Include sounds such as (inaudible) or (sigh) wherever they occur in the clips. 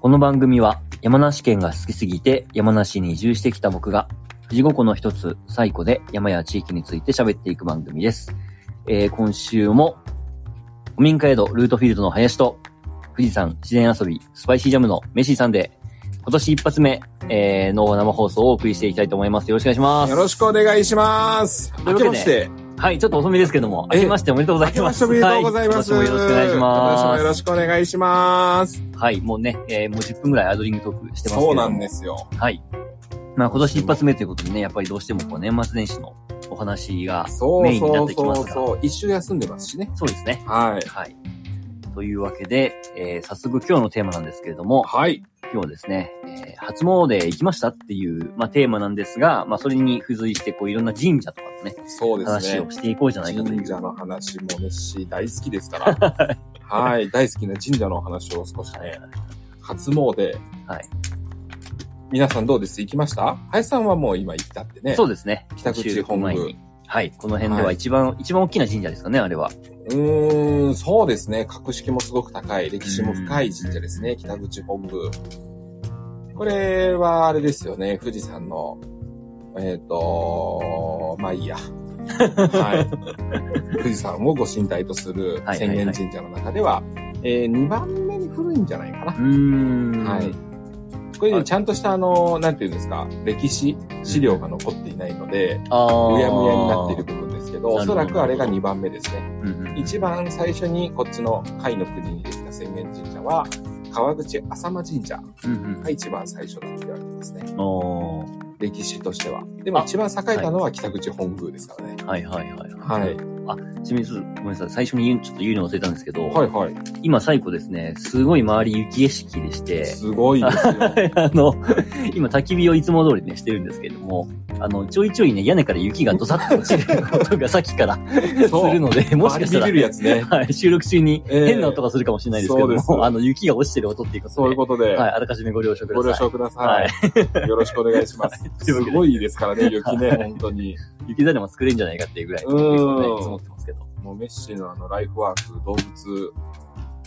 この番組は山梨県が好きすぎて山梨に移住してきた僕が富士五湖の一つ最古で山や地域について喋っていく番組です。えー今週も古民家へドルートフィールドの林と富士山自然遊びスパイシージャムのメッシーさんで今年一発目、えーの生放送をお送りしていきたいと思います。よろしくお願いします。よろしくお願いします。という明わけでけまして、はい、ちょっと遅めですけども、え明けましておめでとうござい明けまましてす。おめでとうございます。はい、今年もよろしくお願いし今ま年もよろしくお願いします。す。はい、もうね、えーもう10分ぐらいアドリングトークしてますけどそうなんですよ。はい。まあ今年一発目ということでね、やっぱりどうしてもこう年末年始のお話が、そメうインになそっうてきまそすうがそう。一周休んでますしね。そうですね。はい。はい。というわけで、えー早速今日のテーマなんですけれども、はい。今日はですね、えー初詣行きましたっていう、まあ、テーマなんですが、まあそれに付随してこういろんな神社とかのね、そうです話ねを。していこうじゃないかという。神社の話もメッシー大好きですから。 (laughs) はい。大好きな神社の話を少しはいね、初詣。はい。皆さんどうです行きました林さんはもう今行ったってね。そうですね。北口収録本前部に。はい。この辺では一番、一番大きな神社ですかね、あれは。うーん、そうですね。格式もすごく高い、歴史も深い神社ですね。北口本部。これは、あれですよね。富士山の、えっ、と、まあいいや。はい。 (laughs) 富士山をご神体とするはいはい浅間神社の中では、え2番目に古いんじゃないかなうー。ん。はい。これね、ちゃんとした、あの、なんていうんですか、歴史、資料が残っていないので、あーうやむやになっている部分ですけど、なおるほそどらくあれが2番目ですね。うんうんうん一番最初にこっちの甲斐の国にできた浅間神社は川口浅間神社うんが一番最初だと言われてますねうん。おー歴史としてはでも一番栄えたのは北口本宮ですからねはいはいはい。はいちなみに、ごめんなさい。最初に言う、ちょっと言うの忘れたんですけど、はいはい、今、最古ですね、すごい周り雪景色でして、 (laughs) すごいですよあの、今、焚き火をいつも通りね、してるんですけれども、あの、ちょいちょいね、屋根から雪がどさっと落ちることがさっきから (laughs) す (laughs) そうるので、もしかしたあれビら、ビるやつねはい、収録中にええ変な音がするかもしれないですけどそうですも、あの、雪が落ちてる音っていうことで、そういうことで、はい、あらかじめご了承くだごさい。了承ください、よろしくお願いしまはいす (laughs) というわすけでごいですからね雪ね本当に雪だるま作れんじゃないかっていうぐらい、う結構んね、積もってますけど。もうメッシーのあのライフワーク動物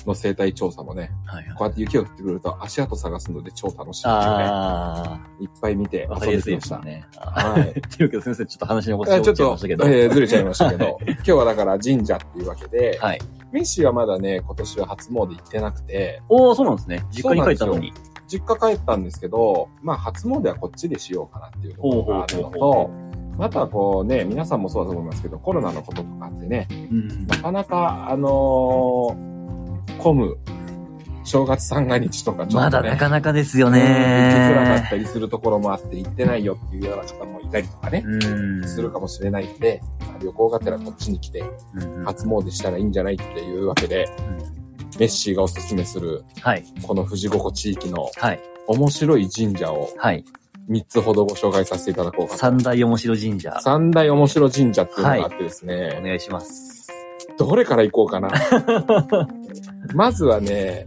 の生態調査もねはい。こうやって雪が降ってくると足跡探すので超楽しいですよねあいっぱい見てー、わか遊りんやできすいですました。ね。 (laughs) はい。というわけで、すみません、ちょっと話に落あちょっちてまとしたけ、ど。えーずれちゃいましたけど、今日はだから神社っていうわけで、はい。メッシーはまだね、今年は初詣行ってなくて、おおそうなんですね。実家に帰ったのに。実家帰ったんですけど、まあ初詣はこっちでしようかなっていうところがあるのほうほと、またこうね、皆さんもそうだと思いますけど、コロナのこととかってね、うんなかなか、あのー混む、正月三が日とかちょまっとだね、なかなかですようん行きづらかっね。たりするところもあって、行ってないよっていうような方もいたりとかね、うん。するかもしれないんで、まあ旅行がてらこっちに来て、うん初詣したらいいんじゃないっていうわけで、メッシーがおすすめする、はい。この富士五湖地域のはい。面白い神社をはい。 3つほどご紹介させていただこうか三大面白神社と。。三大面白神社っていうのがあってですね、お願いします。どれから行こうかな。 (laughs) まずはね、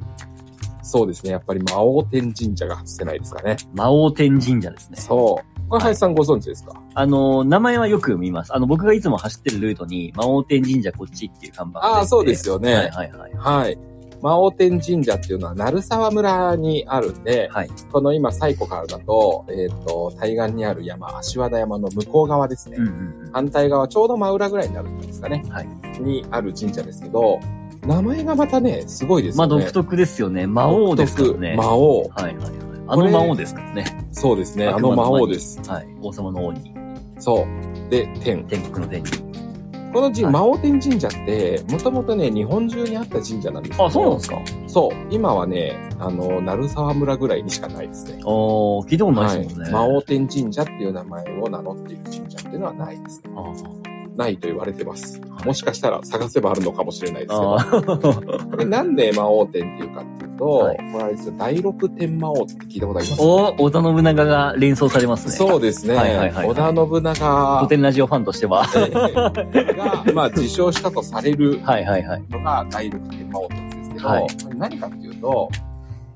そうですね、やっぱり魔王天神社が外せないですかね。魔王天神社ですね。そう。これ、林さんご存知ですかあの、名前はよく見ます。あの、僕がいつも走ってるルートに、魔王天神社こっちっていう看板が出てああ、そうですよね。はいはいはい。はい。魔王天神社っていうのは、鳴沢村にあるんで、はいこの今、西湖からだと、えっ、と、対岸にある山、足和田山の向こう側ですね。うんうん反対側、ちょうど真裏ぐらいになるんですかね。はいにある神社ですけど、名前がまたね、すごいでうん。すまあ、よね。独特ですよね。魔王ですからね。独特魔王。はいはいはい。あの魔王ですからね。そうですね。あ悪の魔の魔前に王です。はい。王様の王に、そう。で、天。天国の天に。この神、はい魔王天神社って、もともとね、日本中にあった神社なんですけどあ、そうなんですかそう。今はね、あの、鳴沢村ぐらいにしかないですね。おー、聞いたことないですもんはね。い、魔王天神社っていう名前を名乗っている神社っていうのはないですね。あないと言われてます。はいもしかしたら探せばあるのかもしれないですけあど。ー。でなんで魔王天っていうかっていうと、はいこれあれですよ、第六天魔王って聞いたことありますお、織田信長が連想されますね。そうですね。は織いはいはいはい田信古長典ラジオファンとしては。 (laughs) が、まあ、自称したとされるはいはいはい。のが第六天魔王ってやつですけど、はいこれ何かっていうと、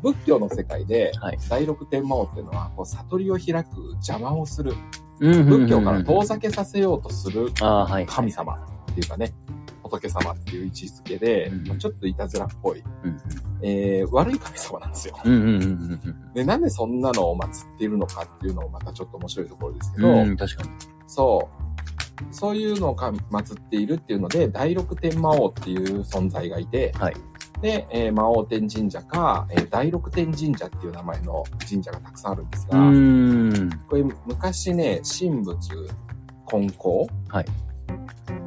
仏教の世界で、はい第六天魔王っていうのは、こう、悟りを開く邪魔をする、うんうんうんうん仏教から遠ざけさせようとするあーはい。神様っていうかね、仏様っていう位置づけで、うんまあちょっといたずらっぽい、うんえー、悪い神様なんですよ。 (laughs) うんうんうんで、なんでそんなのを祀っているのかっていうのもまたちょっと面白いところですけうど、ん。うん、確かに。そう。そういうのをか祀っているっていうので、第六天魔王っていう存在がいて、はいで、えー魔王天神社か、えー第六天神社っていう名前の神社がたくさんあるんですうが、ーん。これ昔ね、神仏、根交、はい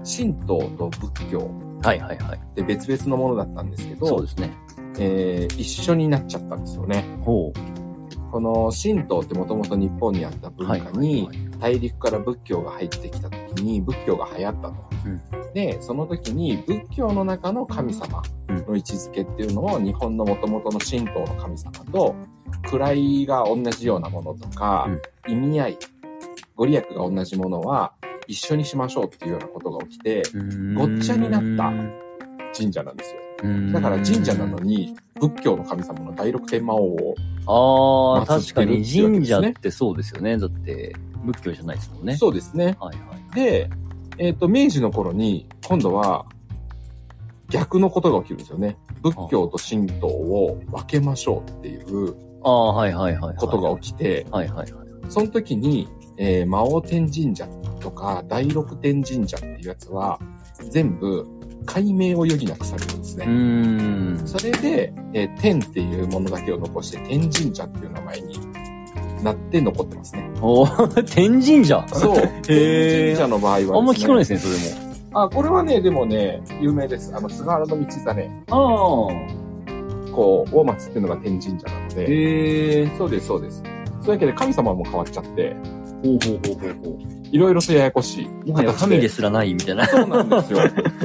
神道と仏教はいはいはい。って別々のものだったんですけそうどで、すね。えー一緒になっちゃったんですよね。ほう。この神道ってもともと日本にあった文化はい。に、はい大陸から仏教が入ってきた時に仏教が流行ったと。で、その時に仏教の中の神様の位置づけっていうのを日本の元々の神道の神様と位が同じようなものとか、意味合い、ご利益が同じものは一緒にしましょうっていうようなことが起きてごっちゃになった神社なんですよ。ただから神社なのに仏教の神様の第六天魔王をああ、祀確ってかるにっていうわけ神ですね社ってそうですよね。だって、仏教じゃないですもんね。そうですね。はいはい。で、えっ、と、明治の頃に、今度は、逆のことが起きるんですよね。仏教と神道を分けましょうっていうああ、はいはいはいはい。ことが起きて、はいはいはい。その時に、えー魔王天神社とか、第六天神社っていうやつは、全部、解明を余儀なくされるんですうーね。ん。それで、えー天っていうものだけを残して、天神社っていう名前になって残っ (laughs) てますね。おー天神社そう。へ天神ー社の場合はですね、あんま聞かないですね、それあ、これはね、でもね、有名です。あの、菅原道真も。こう、を祀っていうのが天神社なのああ。で、へえ。そうです、そうです。そういうわけで神様も変わっちゃって、ほうほうほうほうほいろいろとややこしい。。う。もはや神ですすらないみたい (laughs) な。そうなんですよ。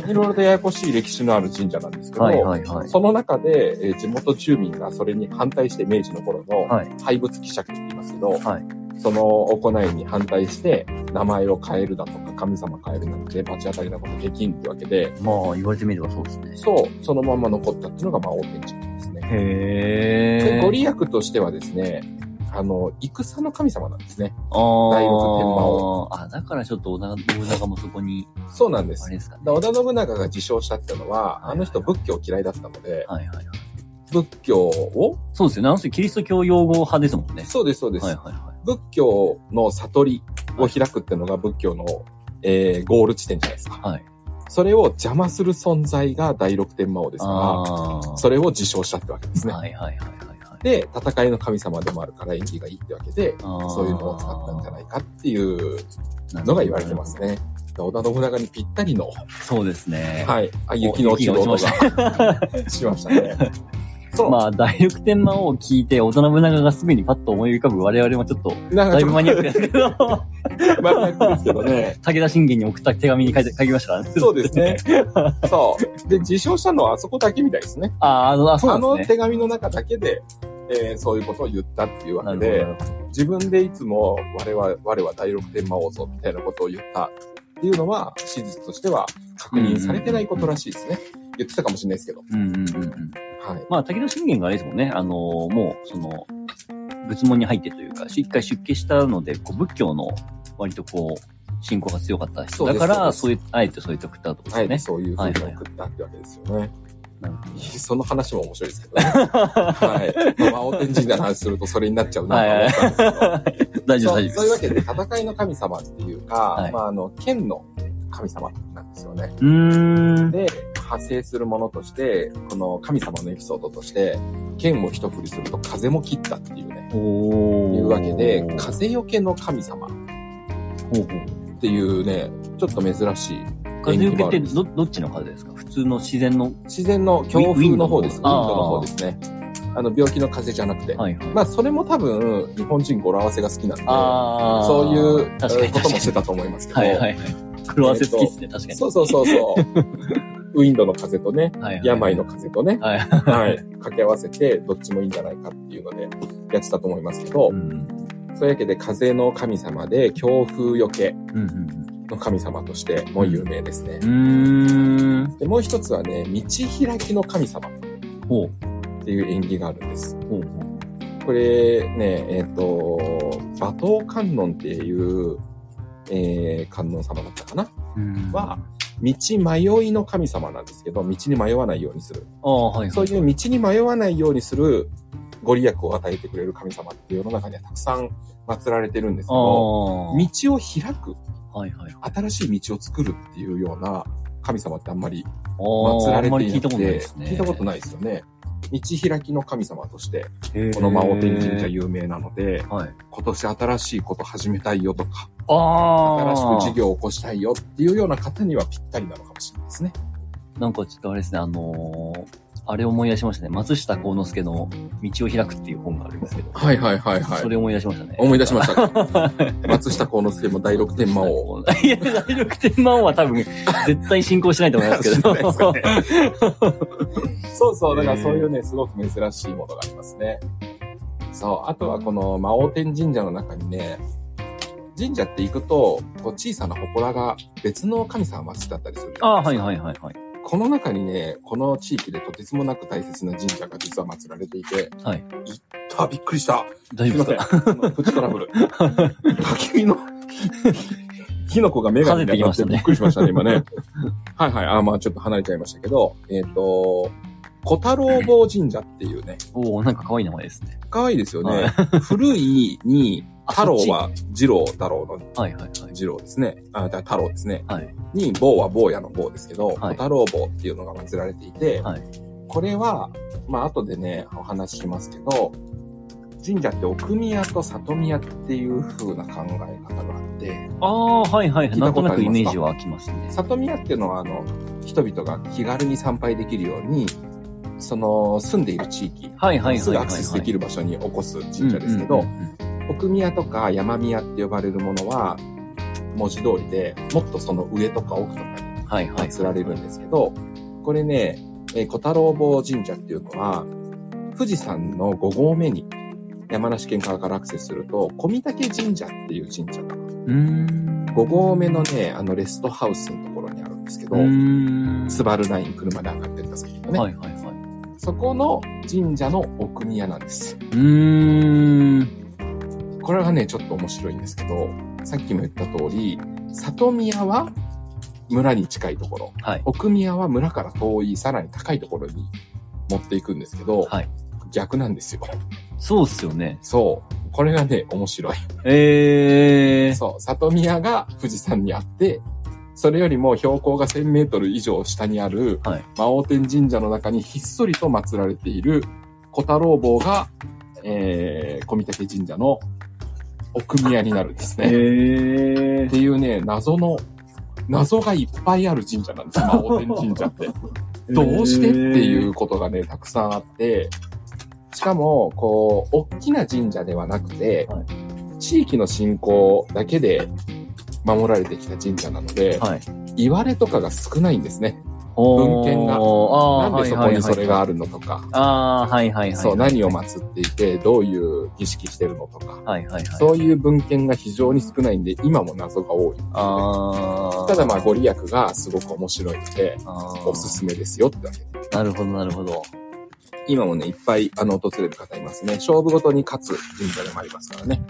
いろいろとややこしい歴史のある神社なんですけど、はいはいはい。その中で、えー地元住民がそれに反対して、明治の頃のはい廃仏希釈って言いますけど、はその行いに反対して、名前を変えるだとか、神様変えるなんて、罰当たりなことできんってわけで、まあ、言われてみればそうですね。そう、そのまま残ったっていうのが、まあ、大天神社ですね。へでえ。ご利益としてはですね、あの、戦の神様なんですね。ああ。大六天魔あ、だからちょっと織田信長もそこに、そうなんであす。れですかね。だ織田信長が自称したってのはは、いあの人仏教嫌いだったので、はいはいはい。仏教を、そうですよね。あの人キリスト教用語派ですもんね。そうです、そうです、はいはいはい。仏教の悟りを開くってのが仏教の、えーゴール地点じゃないですか。はい。それを邪魔する存在が第六天魔王ですかああ。ら、それを自称したってわけですね。はいはいはいはいはい。で、戦いの神様でもあるから演技がいいってわけで、そういうのを使ったんじゃないいかっていうなのが言われてます。ね。織田信長にぴったりの、そうですね。はい。あ、雪の落ちる音が雪が (laughs) しましたね。そう。まあ、大力天魔王を聞いて、大人信長がすぐにパッと思い浮かぶ我々もちょっと、なんだかちいょぶっマニアックですけど、 (laughs) とマニアックですけ (laughs) どね。武田信玄に送った手紙に書いて書きましたからね。そうですね。そう。で、自称したのはあそこだけみたいですね。あーあの、あ、そあうなんのですね。手紙の中だけで、えーそういうことを言ったっていうわなけるほどなでる、ほど。自分でいつも我は、我は第六天魔王ぞみたいなことを言ったっていうのは、史実としては確認されてないことらしいですね。言ってたかもしれないですけど。うんうんうんうん。はい。まあ、武田信玄があれですもんね。あのーもう、その、仏門に入ってというか、し一回出家したので、こう、仏教の割とこう、信仰が強かった人そうでだすから、そそういう、あえてそういう特徴だとは思うんでい、すそういう風に送ったってわけですよね。よね。その話も面白いですけどね。はい。まあ、魔王天神社の話するとそれになっちゃうなと思ったんですけ (laughs) ど。大丈夫そ大う丈夫そういうわです。けで、戦いの神様っていうか、はいまあ、あの、剣の神様なんですよね。うーん。で、派生するものとして、この神様のエピソードとして、剣を一振りすると風も切ったっていうね。おーいうわけで、風よけの神様っほうほうていうね、ちょっと珍しい。風受けってど、どっちの風ですか普通の自然の。自然の強風の方です。ウウィィンンドドのの方方ですね。あの、病気の風邪じゃなくて。はいはい。まあ、それも多分、日本人語呂合わせが好きなんで、あーそういうえ確かにーこと確かもにしてたと思いますけど。はいはいはい。黒合わせ好きですね、確かに。そうそうそ (laughs) うそう。ウィンドの風とね、はいはい病の。風とね、はい。はい、掛け合わせてどっちもいいんじゃないかっていうのでやってたと思いますけどう、ん。そういうわけで風の神様で強風よけうんうんの神様としても有名ですねう。ん。うーん。で、もう一つはね、道開きの神様っほう。ていう縁起があるんです。ほうほう。これね、えっ、と、馬頭観音っていう、えー観音様だったかなうんは、道迷いの神様なんですけど、道に迷わないようにする。ああ、はい。そういう道に迷わないようにするご利益を与えてくれる神様って世の中にはたくさん祀られてるんですけあど、あ。道を開く、はいはい。新しい道を作るっていうような神様ってあんまり祀ああ、らあんれてまいり聞ないくたこて、とないですね。聞いたことないですよね。道開きの神様として、へーこの魔王天神が有名なので、はい。今年新しいこと始めたいよとか、ああ。新しく事業を起こしたいよっていうような方にはぴったりなのかもしれないですね。なんかちょっとあれですね、あのー、あれ思い出しましたね。松下幸之助の道を開くっていう本があるんですけど。はいはいはいはいそれ思い出しましたね。思い出しましたか (laughs) 松下幸之助も第6天魔王。。 (laughs) いや、第6天魔王は多分、絶対進行しないと思い (laughs) ますけしど。ないですかねそうそう、だからそういうね、すごく珍しいものがありますね。そう、あとはこの魔王天神社の中にね、神社って行くと、こう小さな祠が別の神様を祀ってあったりするじあゃ (laughs) なあ、いですか。はいはいはいはい。この中にね、この地域でとてつもなく大切な神社が実は祀られていて、はい。あ、びっくりした。大すい丈夫ませでん。すかあのプチトラ (laughs) ブル。焚き火の、火の粉が目が跳ねてきましたねびっくりしましたね、今ね。はいはい。あ、まあちょっと離れちゃいましたけど、えっ、と、小太郎坊神社っていうね、おおなんか可愛い名前ですね。可愛いですよね。古いに、あ太郎そっちは二郎太郎のはいはいはい。二郎ですね。あ、だ太郎ですね。はい。に、坊は坊やの坊ですけど、はい小太郎坊っていうのが祀られていて、はいこれは、まあ後でね、お話ししますけど、神社って奥宮と里宮っていう風な考え方があって、ああ、はいはい。聞いなたんとことなあくりイますかメージは湧きますね。里宮っていうのはあの、人々が気軽に参拝できるように、その住んでいる地域、はいはいはいはいはい。すぐアクセスできる場所に起こす神社ですけうどんう、んうんうん奥宮とか山宮って呼ばれるものは、文字通りで、もっとその上とか奥とかにはいはい。祀られるんですけど、これね、えー小太郎坊神社っていうのは、富士山の5合目に山梨県側からアクセスすると、小御嶽神社っていう神社が、うーん。 5合目のね、あのレストハウスのところにあるんですけど、うーん。スバルライン車で上がってった先のね、はいはいはい。そこの神社の奥宮なんです。うーん。これはね、ちょっと面白いんですけど、さっきも言った通り、里宮は村に近いところ、はい。奥宮は村から遠い、さらに高いところに持っていくんですけど、はい逆なんですよ。そうっすよね。そう。これがね、面白い。ええー。そう。里宮が富士山にあって、それよりも標高が1000メートル以上下にある、はい魔王天神社の中にひっそりと祀られている小太郎坊が、えー、小御嶽神社の奥宮になるんですね。えっていうね、謎の、謎がいっぱいある神社なんです。魔王天神 (laughs) 社って。どうしてっていう。ことがね、たくさんあって、しかも、こう、大きな神社ではなくて、は地域の信仰だけで守られてきた神社なので、はい。言われとかが少ないんですね。おー文献がなあーんでそこにそれはいはいはがいあるのとか、あー、はいはいはい。そう、何を祀っていて、どういう儀式してるのとか、はいはいはい。そういう文献が非常に少ないんで、今も謎が多い。あただまああ、ご利益がすごく面白いので、あーおすすめですよってわけなるほどなるほど。今もね、いっぱい、あの、訪れる方いますね。勝負ごとに勝つ神社でもありますからね。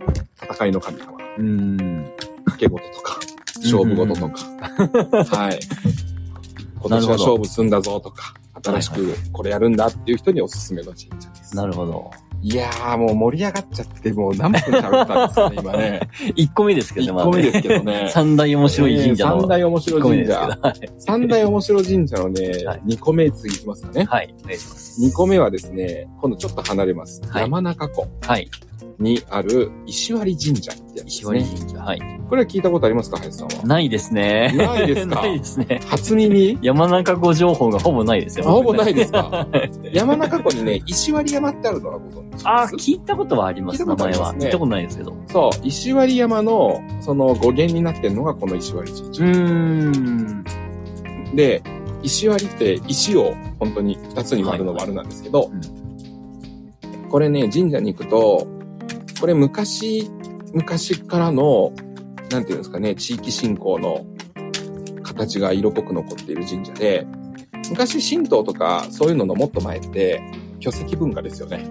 戦いの神様。うーん。賭け事とか、勝負事とか。 (laughs) はい。今年は勝負すんだぞとか、新しくこれやるんだっていう人におすすめの神社です。なるほど。いやー、もう盛り上がっちゃって、もう何分喋ったんですかね、今 (laughs) ね。一個目ですけどね、 1個目ですけどね。 (laughs) 三大面白い神社えーの。三大面白い神一個社。三大面白い神社のねはい、 2個目次いきますかね。はい。お願いします2個目はですね、今度ちょっと離れます。はい山中湖。はい。にある石割神社ってやつで石す割ね。神社。はい。これは聞いたことありますか、林さんは。ないですね。ないですかないですね。(laughs) 初耳山中湖情報がほぼないですよ。。ほぼないいですか山中湖にね、石割山ってあるのがご存知で (laughs) すあー、聞いたことはありま聞す、いた名ことあ前りまは。すね聞いたことないですけど。うそう、石割山の、その語源になってるのがこの石割神社。ーん。で、石割って石を本当に二つに割るのはい割るなんですけど、うんこれね、神社に行くと、これ昔、昔からの、なんていうんですかね、地域信仰の形が色濃く残っている神社で、昔神道とかそういうののもっと前って、巨石文化ですよね。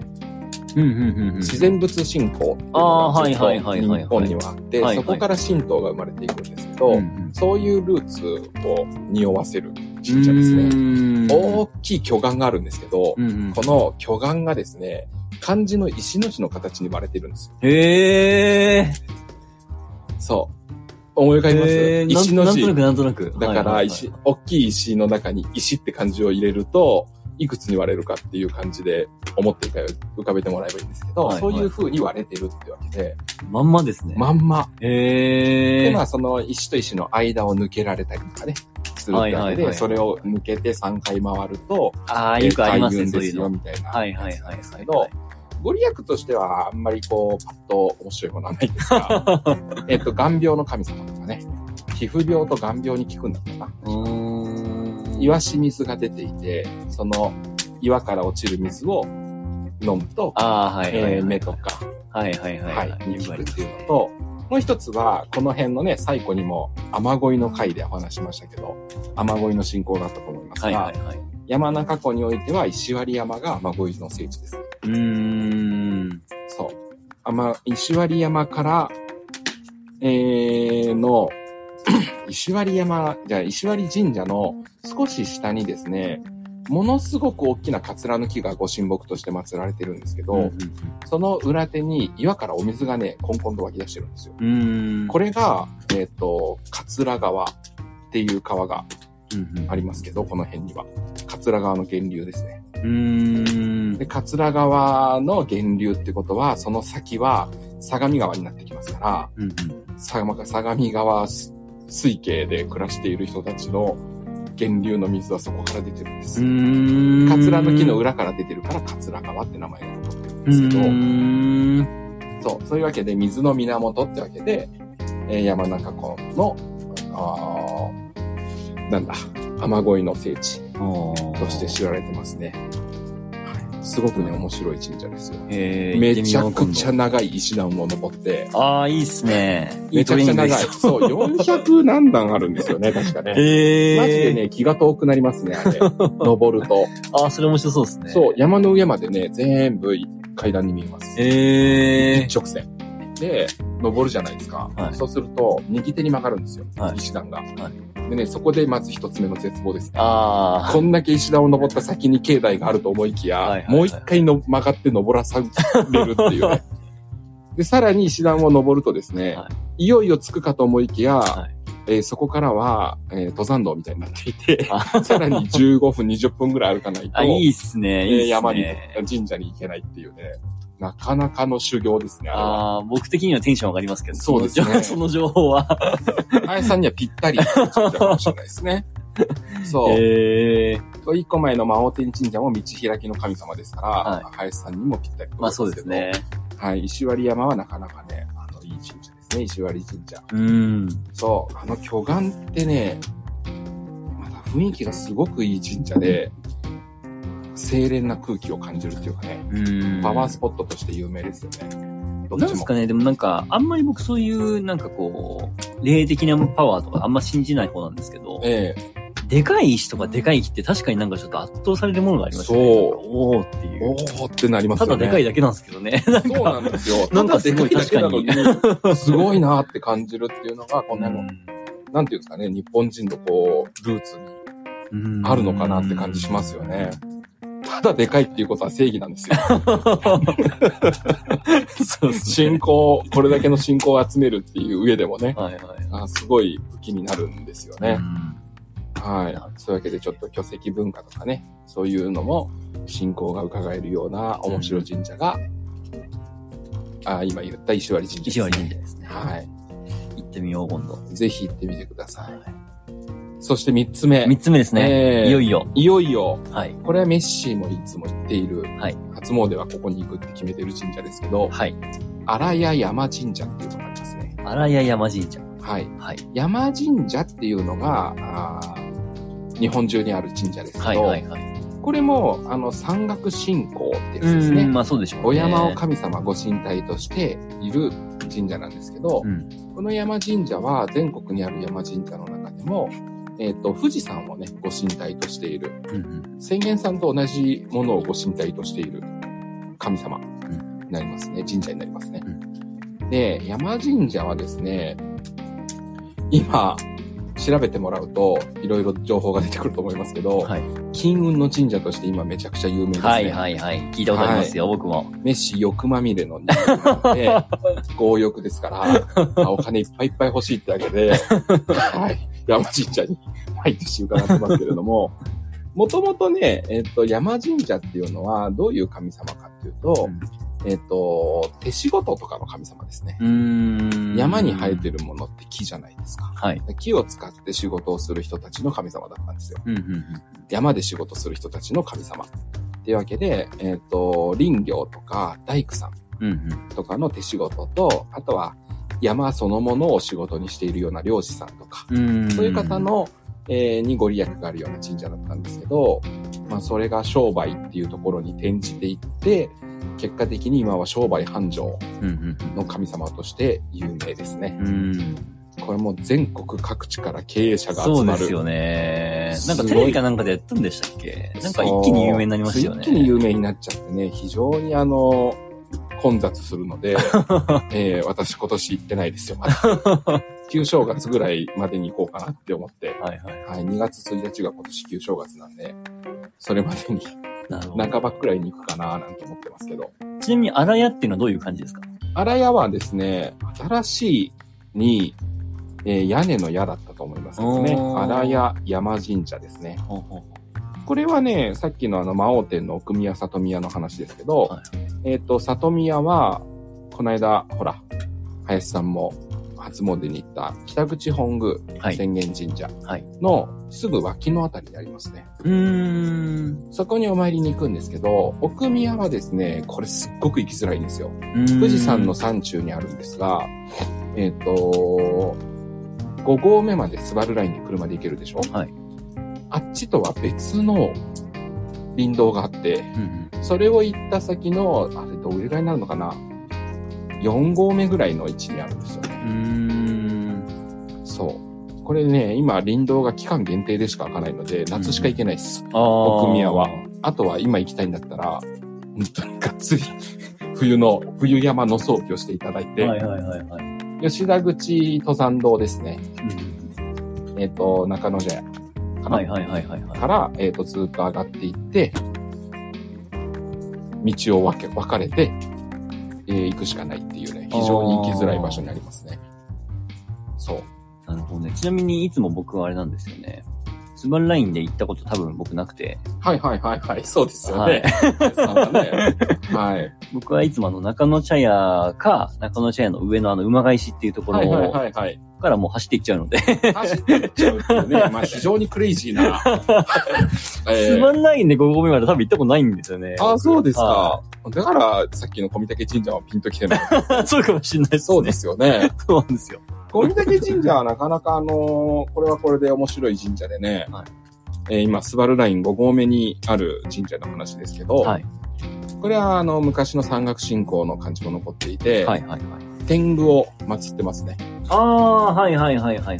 ううんうんうんうん。自然仏信仰っていうのあーがずっとはいはいはいはい日本にはあって、はいはいそこから神道が生まれていくんですけとど、そういうルーツを匂わせる神社ですね。ね大きい巨岩があるんですけど、うんうんこの巨岩がですね、漢字の石の字の形に割れてるんですよ。へえ。そう。思い浮かびます、へー石の字。なんとなく、なんとなく。だかはらいはいはい石、大きい石の中に石って漢字を入れると、いくつに割れるかっていう感じで思って浮かべてもらえばいいんですけど、はいそういう風に割れてるってわけで、まんまですね。まんまへで、えま。あ、その石と石の間を抜けられたりとかね、するはわいけはいはいで、それを抜けて3回回ると、ああ、よくありますね、えー開運そうでいうすよ、の。みたいな。はいはいはいですはけい。ど、ご利益としてはあんまりこう、パッと面白いものはないんですが、 (laughs) えっと、眼病の神様とかね、皮膚病と眼病に効くんだったかな。うーん。岩し水が出ていて、その岩から落ちる水を飲むと、ああ、はいはいはい。えー目とか、はいはいはい。はい、によ効くあくりまっすていうのと、もう一つは、この辺のね、最古にも、雨乞いの回でお話ししましたけど、雨乞いの信仰があったと思いますが、はいはいはい。う山中湖においては石割山が雨乞いの聖地です。ーん。そう。雨、石割山から、えー、の、 (clears throat) 石割山、じゃあ石割神社の少し下にですね、ものすごく大きなカツラの木がご神木として祀られてるんですけど、うんその裏手に岩からお水がね、コンコンと湧き出してるんですよ。うんうん。うーん。これが、えっ、と、桂川っていう川がうんうんありますけど、この辺には。桂川の源流ですね。うーん。で、桂川の源流ってことは、その先は相模川になってきますかうんら、相模相模川水系で暮らしている人たちの源流の水はそこから出てるんです。うん。うーん。桂の木の裏から出てるから、桂川って名前が残ってるんですけど、うーん。そう、そういうわけで、水の源ってわけで、えー山中湖の、あーなんだ、雨乞いの聖地おーとして知られてますね。はいすごくね、面白い神社ですよ。えーめちゃくち。行ってみようゃ長い石段を登って、今度ああ、いいっすね。いめいちゃトレーくニちゃングで長い。きそうそう、400何段あるんですよね、(laughs) 確かね。ええ。マジで。ね、気が遠くなりますね、(laughs) あれ。登ると。ああ、それ面白そうですね。そう、。山の上までね、全部階段に見えます。ええ一。直線。で、登るじゃないですか。はいそうすると、右手に曲がるんですよ。はい石段が、でね、そこでまず一つ目の絶望ですね。あこんだけ石段を登った先に境内があると思いきや、はいはいはいもう一回の曲がって登らされるってい (laughs) うね。で、さらに石段を登るとですね、、はいよいよ着くかと思いきや、はえーそこからは、えー登山道みたいになっていて、あ。さらに15分、20分ぐらい歩かないと、あ、いいっすね。いいっえすーね。山に、神社に行けないっていうね、なかなかの修行ですね、あれは。ああ、僕的にはテンション上がりますけど。そうですねその情報は。あやさんにはぴったりな感じかもしれないで (laughs) すね。そう。ええ。一個前の魔王天神社も道開きの神様ですから、はいあやさんにもぴったりと思いまあすけどそうですね。。はい。石割山はなかなかね、あの、いい神社ですね。石割神社。うん。そう。あの巨岩ってね、また雰囲気がすごくいい神社で、清廉な空気を感じるっていうかね、うん。パワースポットとして有名ですよね。どっなんちですもか。ね、でもなんか、あんまり僕そういう、なんかこう、霊的なパワーとかあんま信じない方なんですけど、えでかい石とかでかい木って確かになんかちょっと圧倒されるものがありましたね。そうなんかおおっていえおう。ーってなりますたよね。だでかいだけなんですけどね。なんそうなか、んですよ。 (laughs) なんかすごいただでかいだけなのに、すごいなって感じるっていうのが、こうんなの、なんていうんですかね、日本人のこう、ルーツにんあるのかなって感じしますよね。ただでかいっていうことは正義なんですよ。 (laughs) そう (laughs) ですね信。仰、これだけの信仰を集めるっていう上でもね、はいはい。あすごい武器になるんですよねう。んはい。そういうわけでちょっと巨石文化とかね、そういうのも信仰が伺えるような面白い神社が、あ今言った石割神社です石ね、割神社ですね。はい。行ってみよう、今度。ぜひ行ってみてくださ。はいそして三つ目。三つ目ですね。えーいよいよ。いよいよ、はい。これはメッシーもいつも言っている、はい初詣はここに行くって決めてる神社ですけど、はい。荒谷山神社っていうのがありますね。荒谷山神社。はい。はい。山神社っていうのが、あー日本中にある神社ですけど、はいはいはい。これも、あの、山岳信仰ってうやつですん、ね。まあそうでしょう、ね。お山を神様ご神体としている神社なんですけど、うん。この山神社は全国にある山神社の中でも、えっ、と、富士山をね、ご神体としている、うんうん。浅間さんと同じものをご神体としている神様なりますね。神社になりますねう。で、山神社はですね、今、調べてもらうと、いろいろ情報が出てくると思いますけど、はい金運の神社として今めちゃくちゃ有名ですね。はいはいはい。聞いたことありますよ、僕も。メッシ欲まみれの人間 (laughs) なんで、強欲ですから、あお金いっぱいいっぱい欲しいってわけで、はい、山神社に毎年伺ってますけれども、もともとね、えっ、と、山神社っていうのはどういう神様かっていうと、えっ、と、手仕事とかの神様ですね。うーん。山に生えてるものって木じゃないですか。はい。木を使って仕事をする人たちの神様だったんですよ。うんうんうん。山で仕事する人たちの神様。っていうわけで、えっ、と、林業とか大工さんうんうん。とかの手仕事と、あとは山そのものを仕事にしているような漁師さんとか、うーんそういう方、の、えーにご利益があるような神社だったんですけど、まあそれが商売っていうところに転じていって、結果的に今は商売繁盛うんうんの神様として有名ですね。うん。うーん。これも全国各地から経営者がそ集うまでる。すよね。すなごんいかテレビかなんかでやったんでしたっけなんか一気に有名になりましたよね。そう一気に有名になっちゃってね、非常にあの、混雑するの (laughs) で、えー私今年行ってないですよ、まだ。 (laughs) 旧正月ぐらいまでに行こうかなって思って、はいはい。はい、2月1日が今年旧正月なんで、それまでになるほど。半ばくらいに行くかななんて思ってますけど。ちなみに、荒屋っていうのはどういう感じですか荒屋はですね、新しいに、えー屋根の屋だったと思いますけどね。おー荒屋山神社ですね。ほうほうこれはね、さっきのあの、魔王天の奥宮里宮の話ですけど、はえっ、と、里宮は、この間、ほら、林さんも初詣に行った北口本宮はい。浅間神社はいのすぐ脇のあたりにありますね。うーん。そこにお参りに行くんですけど、奥宮はですね、これすっごく行きづらいんですよ。富士山の山中にあるんですが、えっ、と、5合目までスバルラインで車で行けるでしょはい。あっちとは別の林道があって、うんうん。それを行った先の、あれどれぐらいになるのかな ?4 合目ぐらいの位置にあるんですよね。うーん。そう。これね、今林道が期間限定でしか開かないので、夏しか行けないです。ああ。奥宮は。あとは今行きたいんだったら、本当にがっつり冬の、冬山の装備をしていただいて、はいはいはいはい。吉田口登山道ですね。うんえっ、と、中野寺かなはいはいはいはいはい。から、えっ、と、ずっと上がっていって、道を分け、分かれて、えー行くしかないっていうね、非常に行きづらい場所になりますね。そう。なるほどね。ちなみに、いつも僕はあれなんですよね。スバルラインで行ったこと多分僕なくて、はいはいはいはい、そうですよね。そうだねはい。僕はいつもあの中野茶屋か、中野茶屋の上のあの馬返しっていうとこはいはいろはいはい。からもう走っていっちゃうので、走ってっちゃうっていう (laughs) ね、まあ非常にクレイジー (laughs) な。えスーバルラインで5合目まで多分行ったことないんですよね。ああ、そうですかは。だから、さっきの小御嶽神社はピンときてない。そうかもしれない (laughs) ですね。そうですよね。そうなんですよ。小御嶽神社はなかなかあのーこれはこれで面白い神社でね、はいえー今、スバルライン5合目にある神社の話ですけど、はい。これはあの、昔の山岳信仰の感じも残っていて、はいはいはい。天狗を祀ってますね。ああ、はいはいはいはいはい。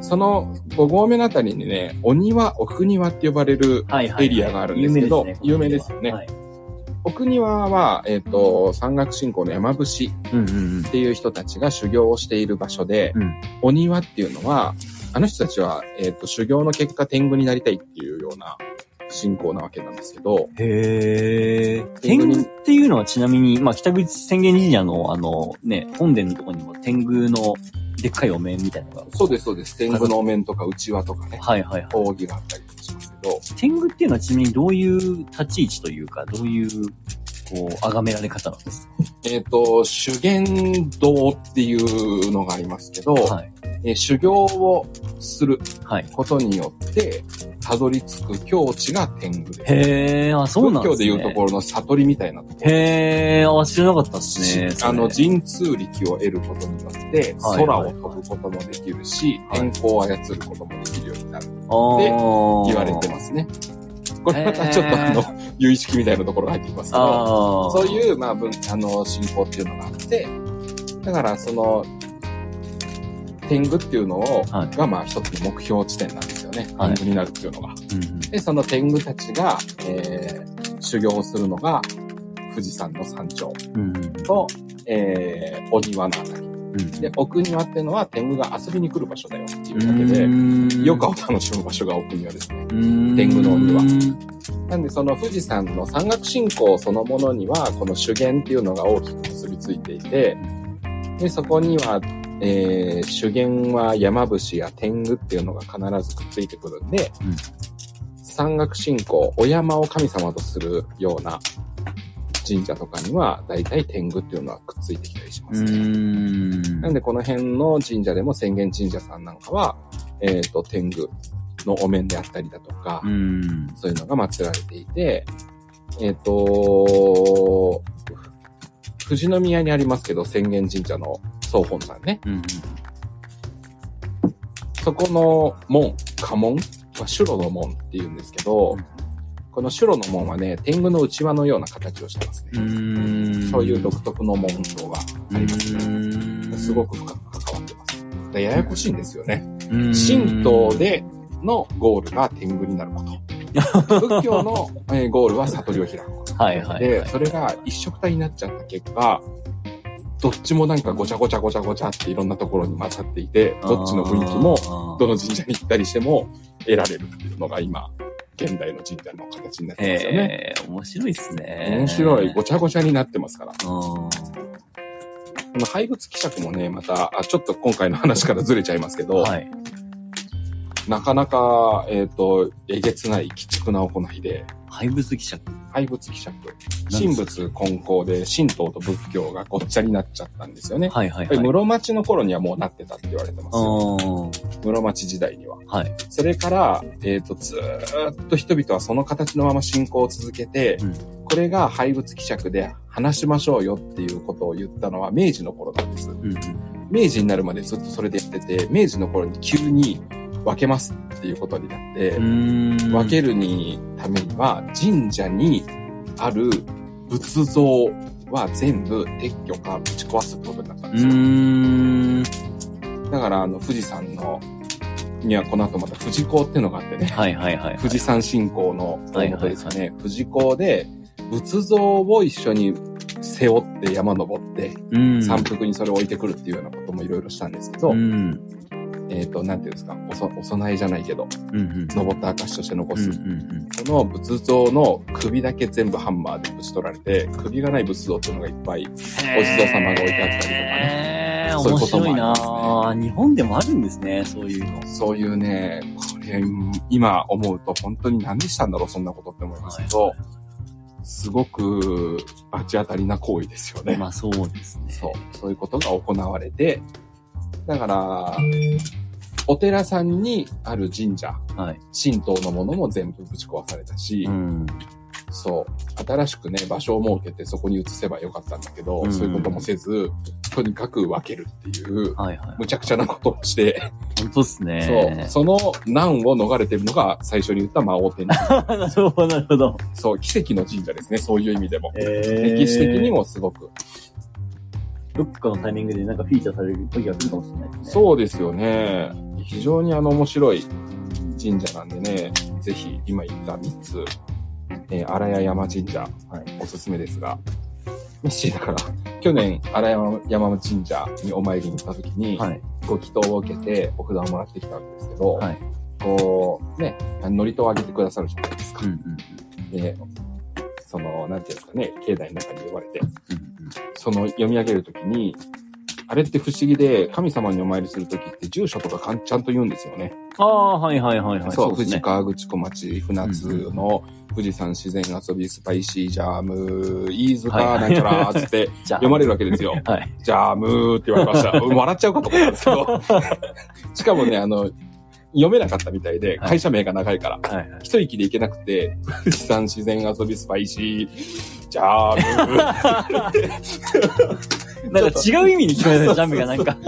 その5合目のあたりにね、お庭、奥庭って呼ばれるはいはいはいエリアがあるんですけ有ど名有名ですよねはい奥庭は、えっ、と、山岳信仰の山伏うんうんうん。っていう人たちが修行をしている場所で、うんお庭っていうのは、あの人たちは、えっ、と、修行の結果天狗になりたいっていうような信仰なわけなんですけど、へえ。天狗っていうのはちなみに、まあ、北口宣言神社の、あの、ね、本殿のところにも天狗のでっかいお面みたいなのが。そうです、そうです。天狗のお面とか、うちわとかね、はいはいはい。扇があったりしますけど、天狗っていうのはちなみにどういう立ち位置というか、どういう、こう、崇められ方なんですえっ、と、修験道っていうのがありますけど、かはい。えー修行をするはい。ことによって、たどり着く境地が天狗で、へえ、あ、そうなん仏で教すね。でいうところの悟りみたいなところへえ、あ、知らなかったですね。あの、それ神通力を得ることによって、はい空を飛ぶこともできるし、はい天候を操ることもできるようになるとあ言われてす。ますね。これまたちょっとあへの、有意識みたいなところが入ってきますけど、ああ。そうう。いう、まあ、文あの、信仰っていうのがあって、だからその、天狗っていうのを、はいがまあ一つの目標地点なんですよね。はい天狗になるっていうのが。うんうんで、その天狗たちが、えー、修行をするのが、富士山の山頂うん。うん。と、えー、鬼輪のあたり。で、奥庭ってのは天狗が遊びに来る場所だよっていうわけで、で余暇を楽しむ場所が奥庭ですね。天狗の鬼はは。なんでその富士山の山岳信仰そのものには、この修験っていうのが大きく結びついていて、で、そこには、えー、修験は山伏や天狗っていうのが必ずくっついてくるんで、うん山岳信仰、お山を神様とするような神社とかには、だいたい天狗っていうのはくっついてきたりしまうすね。ん。なんでこの辺の神社でも浅間神社さんなんかは、えっ、と、天狗のお面であったりだとか、うん。そういうのが祀られていて、えっ、と、富士宮にありますけど、浅間神社の総本山ね。うん。そこの門、家門は白の門って言うんですけど、この白の門はね、天狗の内輪のような形をしてますうね。ん。そういう独特の門章がありますね。ねすごく深く関わってます。でややこしいんですよね。うん神道。でのゴールが天狗になる (laughs) こと。仏教の、えーゴールは悟りを開くこと。はいはいはいで、それが一色体になっちゃった結果、どっちもなんかごちゃごちゃごちゃごちゃっていろんなところに混ざっていて、どっちの雰囲気も、もどの神社に行ったりしても得られるっていうのが今、現代の神社の形になってますよね。えー、面白いっすね。面白い。うごちゃごちゃになってますから。ん。この廃仏希釈もね、また、あちょっと今回の話からずれちゃいますけど、はい。なかなか、えっ、と、えげつない、鬼畜な行いで、廃物記者。廃仏希釈。神仏混交で神道と仏教がごっちゃになっちゃったんですよね。やはいはいっはぱい。り室町の頃にはもうなってたって言われてますよ。う室町時代には。ん。はい。それから、えっ、と、ずーっと人々はその形のまま信仰を続けて、うんこれが廃仏希釈で話しましょうよっていうことを言ったのは明治の頃なんです。うん。明治になるまでずっとそれでやってて、明治の頃に急に分けますっていうことになって、うん。分けるにためには神社にある仏像は全部撤去かぶち壊すってことになったんうですよ。ーん。だからあの富士山のにはこの後また富士講ってのがあってね、はいはいはい。富士山信仰の大元ですよね、は富士講で仏像を一緒に背負って山登って、うん。山腹にそれを置いてくるっていうようなこともいろいろしたんですけど、うん。えっ、と、なんていうんですか、おそお供えじゃないけど、うんうん。登った証として残うんすうんこの仏像の首だけ全部ハンマーでぶち取られて、首がない仏像っていうのがいっぱい。うん。お地蔵様が置いてあったりとかね。そういう面こと白いもなありぁま日本でもあるんですね、そういうの。そういうね、これ、今思うと本当に何でしたんだろう、そんなことって思いますけど、すごく罰当たりな行為ですよね。まあそうですね。そう、そういうことが行われて、だから、お寺さんにある神社、はい神道のものも全部ぶち壊されたし、うん。そう。新しくね、場所を設けてそこに移せばよかったんだけど、うんそういうこともせず、とにかく分けるっていう、はいはい。むちゃくちゃなことをして、本当っすね。そう。その難を逃れてるのが最初に言った魔王天神。 (laughs) なるほど、なるほど。そう、奇跡の神社ですね、そういう意味でも。歴歴史的に。もすごく。どっかのタイミングでなんかフィーチャーされる時が来るかもしれないですね。そうですよね。非常にあの面白い神社なんでね、ぜひ今言った3つ、えー荒谷山神社、おすすめですが、ミッシーだから、去年荒谷山神社にお参りに行った時に、はい。ご祈祷を受けてお札をもらってきたんですけど、はいこう、ね、祝詞をあげてくださるじゃないですかうん。うんで、その、なんていうんですかね、境内の中に呼ばれて、うんその読み上げるときに、あれって不思議で、神様にお参りするときって住所とかかんちゃんと言うんですよね。ああ、はいはいはいはい。そう、です富士ね。河口湖町、船津の富士山自然遊び、スパイシージャム、飯は塚いなんちゃらーつ (laughs) ってじゃ読まれるわけですよ。あ。はい。ジャムーって言われ (laughs) ました。うん笑っちゃうかと思ったんですけど。しかもね、あの、読めなかったみたいで、はい会社名が長いから。はいはい。一息で行けなくて、富士山自然遊びスパイシー、ジャームーなんか違う意味に聞こえたジャンプがなんか。 (laughs)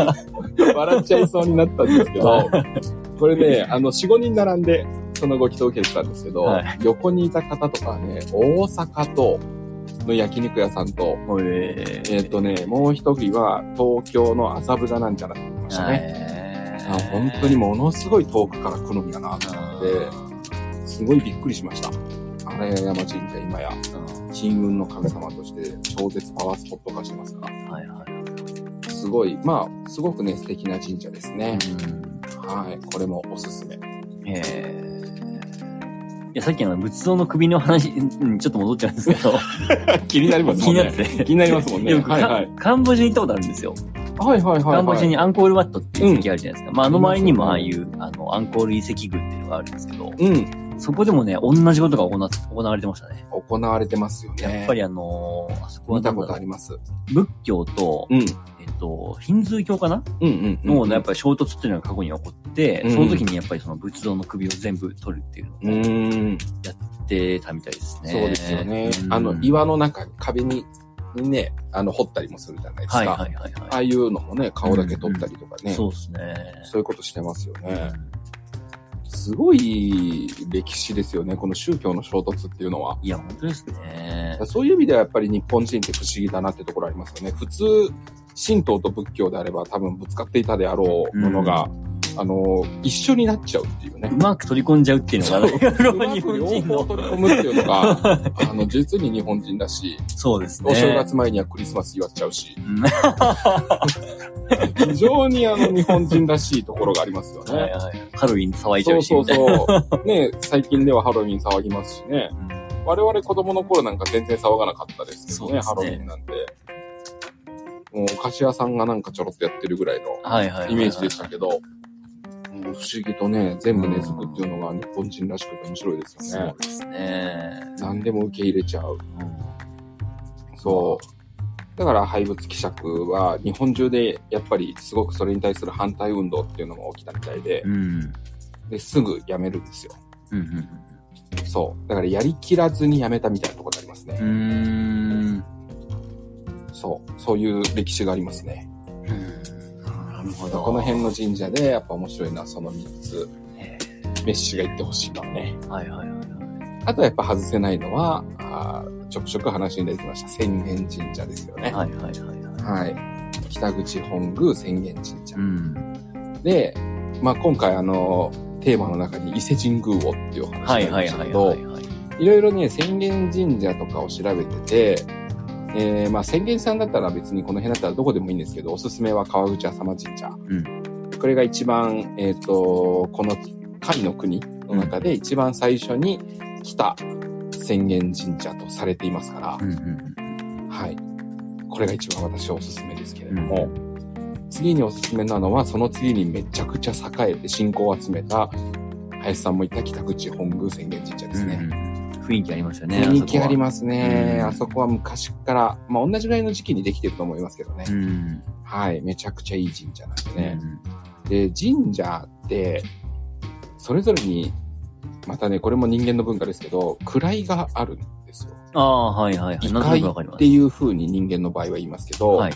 笑っちゃいそうになったんですけど、これね、あの、4、5人並んで、そのご祈祷を受けてたんですけど、は横にいた方とかはね、大阪と、の焼肉屋さんと、ええっ、とね、もう一人は東京の麻布だなんちゃらって言ってましたね。ねあ本当にものすごい遠くから好みだなと思って、すごいびっくりしました。荒谷山神社今や、金運の神様として超絶パワースポット化してますから、はいはい。すごい、まあ、すごくね、素敵な神社ですね。はい、これもおすすめ。 (laughs) えーいや、さっきの仏像の首の話にちょっと戻っちゃうんですけど、気になります気もにんなっね。てて。気になりますもんねいや僕はいはいカンボジアに行ったことあるんですよ。はいはいはい、はい。カンボジアにアンコールワットっていう遺跡あるじゃないですか。まあ、あの周りにもあああいりう、あの、アンコール遺跡群っていうのがあるんですけど、うん、そこでもね、同じことが行な行われてましたね。行われてますよね。やっぱりあのーあそこは見なたんだころとうあります。仏教と、うん、えっと、ヒンズー教かなうん、うんうん。の、やっぱり衝突っていうのが過去に起こって、うんその時にやっぱりその仏像の首を全部取るっていうのをうーん、やってたみたいですね。そうですよね。うんあの、岩の中に、壁に、にね、あの、掘ったりもするじゃないですか。はいはいはいあはあいうのもね、顔だけ取ったりとかい。ね。そうですね。そういうことしてますよね。すごい歴史ですよね、この宗教の衝突っていうのは。いや、本当ですね。そういう意味ではやっぱり日本人って不思議だなってところありますよね。普通、神道と仏教であれば多分ぶつかっていたであろうものが、あの、一緒になっちゃうっていうねう。まく取り込んじゃうっていうのが (laughs) ね、うま日く両本人方の。取り込むっていうの (laughs) が、あの、実に日本人だし、そうですね。お正月前にはクリスマス祝っちゃうしう、ん。非常にあの日本人らしいところがありますよね。 (laughs) はいはいハロウィン騒いじゃそうし、みうそうたいな。そう。ね最近ではハロウィン騒ぎますしね。我々子供の頃なんか全然騒がなかったですけどね、ハそうロウですねィンなんて。もうお菓子屋さんがなんかちょろっとやってるぐらいのはいはいはいはい。イメージでしたけど、うん不思議とね、全部う根ん付くっていうのが日本人らしくて面白いですよそねう。ですね。何でも受け入れちゃう。そう。だから廃仏希釈は日本中でやっぱりすごくそれに対する反対運動っていうのが起きたみたいでう、ん。ですぐやめるんですよ。うん。うん。そう。だからやりきらずにやめたみたいなところありますねう。ん。そう。そういう歴史がありますね。なるほど。この辺の神社でやっぱ面白いのはその3つ。えメッシが行ってほしいのはね。ー。はいはいはいはい。あとはやっぱ外せないのは、あーちょくちょく話に出てきました。浅間神社ですよね。はいはいはいはい。はい。北口本宮浅間神社う。ん。で、まあ今回あの、テーマの中に伊勢神宮をっていうお話があはいりはまいしたはけいどは、いはい。いろいろね、浅間神社とかを調べてて、えー、まあ浅間さんだったら別にこの辺だったらどこでもいいんですけど、おすすめは川口浅間神社。これが一番、えっ、と、この海の国の中で一番最初に来た浅間神社とされていますから、うんうんはい。これが一番私はおすすめですけれども、次におすすめなのは、その次にめちゃくちゃ栄えて信仰を集めた、林さんも言った北口本宮浅間神社ですね。うん雰囲気ありますよね。人気ありまますね。うんあそこは昔から、まあ同じぐらいの時期にできてると思いますけどね。うん。はい。めちゃくちゃいい神社なんでね。で、神社って、それぞれに、またね、これも人間の文化ですけど、位があるんですよ。ああ、はいはいはい。異なんとな界くわかりっまてす。いう風に人間の場合は言いますけど、はい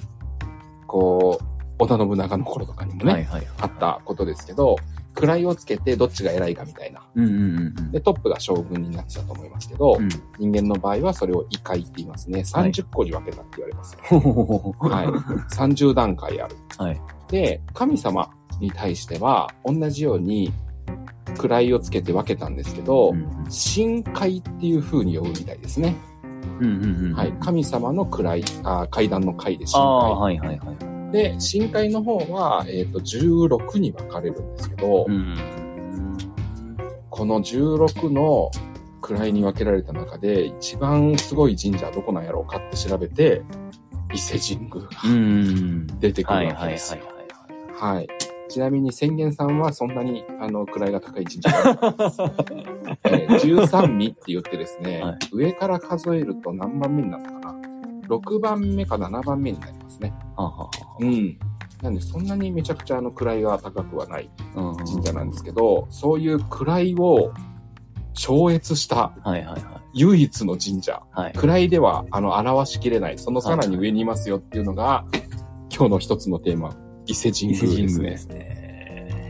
こう、織田信長の頃とかにもね、はいはい。あったことですけど、位をつけてどっちが偉いかみたいな。うんうんうんで、トップが将軍になってたと思いますけど、うん。うん。人間の場合はそれを異界って言いますね。はい30個に分けたって言われます、 (laughs) ほほほほ。はい。30段階ある。はい。で、神様に対しては、同じように、位をつけて分けたんですけど、うん神階っていう風に呼ぶみたいですね。うんうんうん。はい。神様の位、あ階段の階でああ、神はいはいはい。階。で、神階の方は、えっ、と、16に分かれるんですけど、うん。この16の位に分けられた中で、一番すごい神社はどこなんやろうかって調べて、伊勢神宮がうん。出てくはいるはいはわけいですはよい。。はい。ちなみに宣言さんはそんなに、あの、位が高い神社じゃないです。えー13味って言ってですね、はい上から数えると何番目になったかな ?6 番目か7番目になりますね。はあはうん。なんでそんなにめちゃくちゃあの位が高くはないあはあ。神社なんですけど、そういう位を超越したうん。はいはいは唯一の神社。い。はい。位ではあの表しきれない、そのさらに上にいますよっていうのが、今日の一つのテーマ、伊勢神伊勢宮神です宮でね。すね。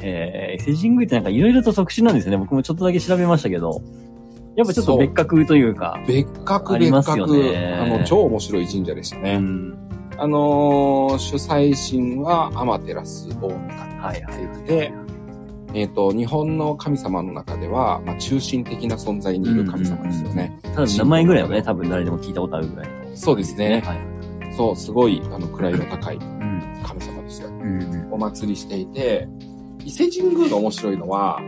えー、伊勢神宮ってなんかいろいろと特殊なんですよね。僕もちょっとだけ調べましたけど。やっぱちょっと別格というか。別格あり別ますよ格、ねあの、超面白い神社でしたうね。ん。あのー主催神は天照大神はいはい。で、えっ、と、日本の神様の中では、まあ、中心的な存在にいる神様ですよね。多分名前ぐらいはね、多分誰でも聞いたことあるぐらいの。そうですね。はい。そう、すごい、あの、位の高いうん。神様ですよ。うんうん。お祭りしていて、伊勢神宮の面白いのは、